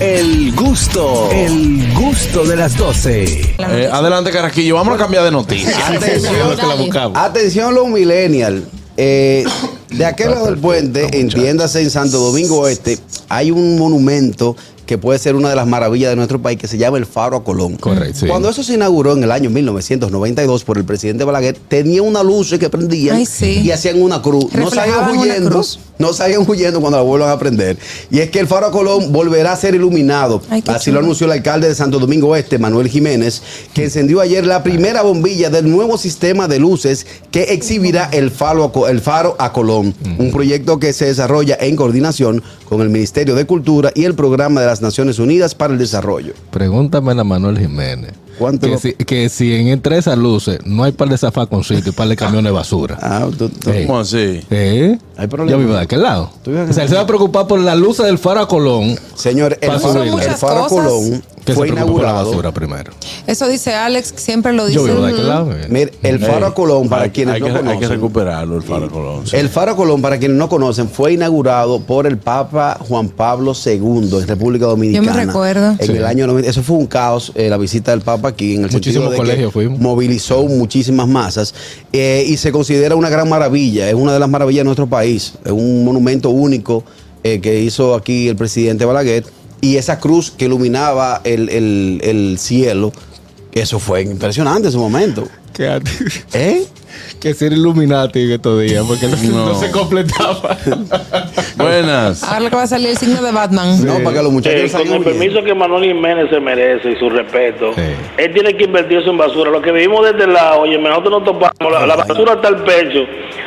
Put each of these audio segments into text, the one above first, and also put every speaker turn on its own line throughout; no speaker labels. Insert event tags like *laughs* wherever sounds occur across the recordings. El gusto, el gusto de las 12.
Eh, adelante, Carraquillo. Vamos a cambiar de noticia. Ah,
Atención.
que la buscamos.
Atención los millennials. Eh,
*coughs*
de aquel lado del puente, entiéndase en Santo Domingo Este, hay un monumento que puede ser una de las maravillas de nuestro país que se llama el Faro a Colón.
Correcto, sí.
Cuando eso se inauguró en el año 1992 por el presidente Balaguer, tenía una luz que prendían
Ay, sí.
y hacían una cruz. No
Reflejaban
salían
una
huyendo.
cruz.
No salgan huyendo cuando la vuelvan a prender. Y es que el Faro a Colón volverá a ser iluminado.
Ay, qué
Así
chulo.
lo anunció el alcalde de Santo Domingo Este, Manuel Jiménez, que encendió ayer la primera bombilla del nuevo sistema de luces que exhibirá el Faro a, Co- el Faro a Colón. Un proyecto que se desarrolla en coordinación con el Ministerio de Cultura y el Programa de las Naciones Unidas para el Desarrollo.
Pregúntame a Manuel Jiménez.
¿Cuánto
Que
lo-
si, que si en entre esas luces no hay par de zafaconcitos y par de camiones
*laughs*
de basura.
Ah, tú- tú-
Ey.
¿Cómo así?
¿Eh?
Hay problema.
Yo vivo de aquel lado.
Tú vives de
O sea, él se va a preocupar por la luz del faro a Colón.
Señor, el
Paso
Faro,
Son muchas
el Faro a
cosas.
Colón
Que
fue
se preocupa por la
inaugurado
basura primero.
Eso dice Alex, que siempre lo dice.
Yo vivo de aquel
Ujú.
lado.
Mira, el Faro a Colón, para
Eh, hay,
quienes
hay
no
que, hay que
conocen,
recuperarlo, el Faro Colón. sí.
El Faro Colón, para quienes no conocen, fue inaugurado por el Papa Juan Pablo II en República Dominicana.
Yo me recuerdo.
En
Sí.
el año 90. Eso fue un caos, eh, la visita del Papa aquí en el
Muchísimos
sentido de que
colegios fuimos.
movilizó muchísimas masas eh, y se considera una gran maravilla. Es una de las maravillas de nuestro país. Es un monumento único eh, que hizo aquí el presidente Balaguer y esa cruz que iluminaba el, el- el cielo. Eso fue impresionante en su momento.
Que,
¿Eh?
que ser Illuminati en estos días, porque no,
no se
se completaba. *laughs*
Buenas.
Ahora que va a salir el signo de Batman.
No, para que los muchachos
Eh, con
salgan
el
huyendo.
permiso que Manuel Jiménez se merece y su respeto,
Sí.
él tiene que invertir eso en basura. Lo que vivimos desde este lado, oye, nosotros nos topamos, la, la basura hasta el pecho.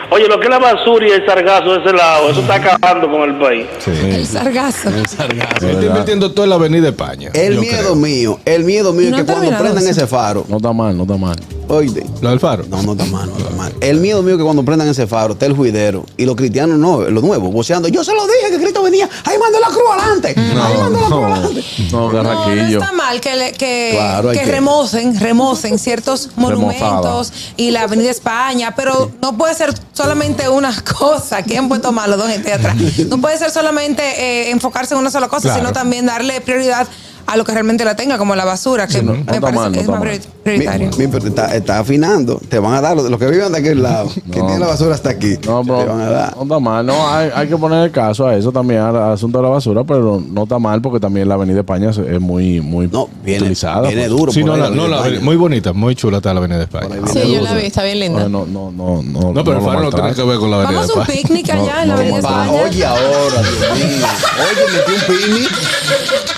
Oye, lo que es la basura y el sargazo de ese lado, eso está acabando con el país.
El sargazo.
Se está invirtiendo todo en la Avenida España.
El
yo
miedo
creo.
mío, el miedo mío
No
es que cuando
terminaron,
prendan
sí.
ese faro,
No está mal, no está mal.
oye,
¿Lo del faro?
no, no está mal, no está mal. El miedo mío es que cuando prendan ese faro, está el juidero y los cristianos no, los nuevos, voceando. Yo se lo dije que Cristo venía, ahí mandó la cruz adelante, ahí mandó la cruz adelante.
No,
No, no
Carraquillo.
está mal que, le- que,
Claro, hay
que
que-
remocen, remocen ciertos monumentos y la Avenida España, pero no puede ser solamente una *laughs* cosa. ¿Quién puede tomarlo, don gente de atrás? No puede ser solamente eh, enfocarse en una sola cosa,
Claro.
sino también darle prioridad a lo que realmente la tenga, como la basura, que me
está
parece
mal, no
que es
está
más
mal.
priori- prioritario.
Mi- mi- pero está, está afinando, te van a dar, los, los que viven de aquel lado, que tienen la basura hasta aquí,
No,
te
pero
van a dar.
no está mal. No, hay, hay que poner el caso a eso también, al al asunto de la basura, pero no está mal porque también la Avenida España es- es muy, muy
No, viene,
utilizada.
viene
pues.
duro.
Sí,
por
no,
ahí
la- no,
Avenida
la-
España.
muy bonita, muy chula está la Avenida España.
Por ahí
Sí, yo la vi, está bien linda.
Oye, No, no, no, no.
No, pero el faro no tiene que ver con la Avenida
Vamos a un
España.
picnic allá en la Avenida
Pa-
España.
Oye ahora, Dios mío. Oye, metí un pini,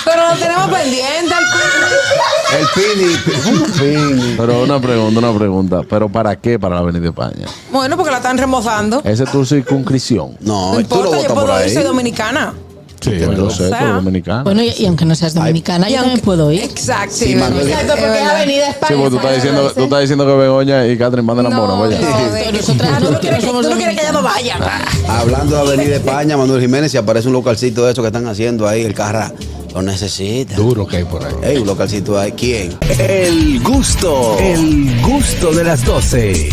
Pero lo tenemos pendiente al picnic.
el pini, un pini.
Pero una pregunta, una pregunta. ¿Pero para qué para la Avenida España?
Bueno, porque la están remozando.
Esa es tu circunscripción.
No,
No
tú lo
importa, yo
votas por
puedo ir,
ahí.
soy dominicana.
Sí,
Yo
bueno.
no sé,
o sea.
tú eres dominicana.
Bueno, y, y aunque no seas dominicana, yo también puedo ir.
Exacto,
Sí, Manuel.
Exacto, porque es Avenida
Sí,
España.
porque tú estás diciendo, tú estás diciendo que Begoña y Catherine van de la mona, vaya.
de-
Nosotras
Ah, tú no
no,
quieres que-
somos
tú no quieres que ella no vaya.
Hablando de Avenida España, Manuel Jiménez, si aparece un localcito de eso que están haciendo ahí, el carra lo necesita.
Duro que hay por ahí.
Ey, un localcito ahí, ¿quién?
El gusto, el gusto de las 12.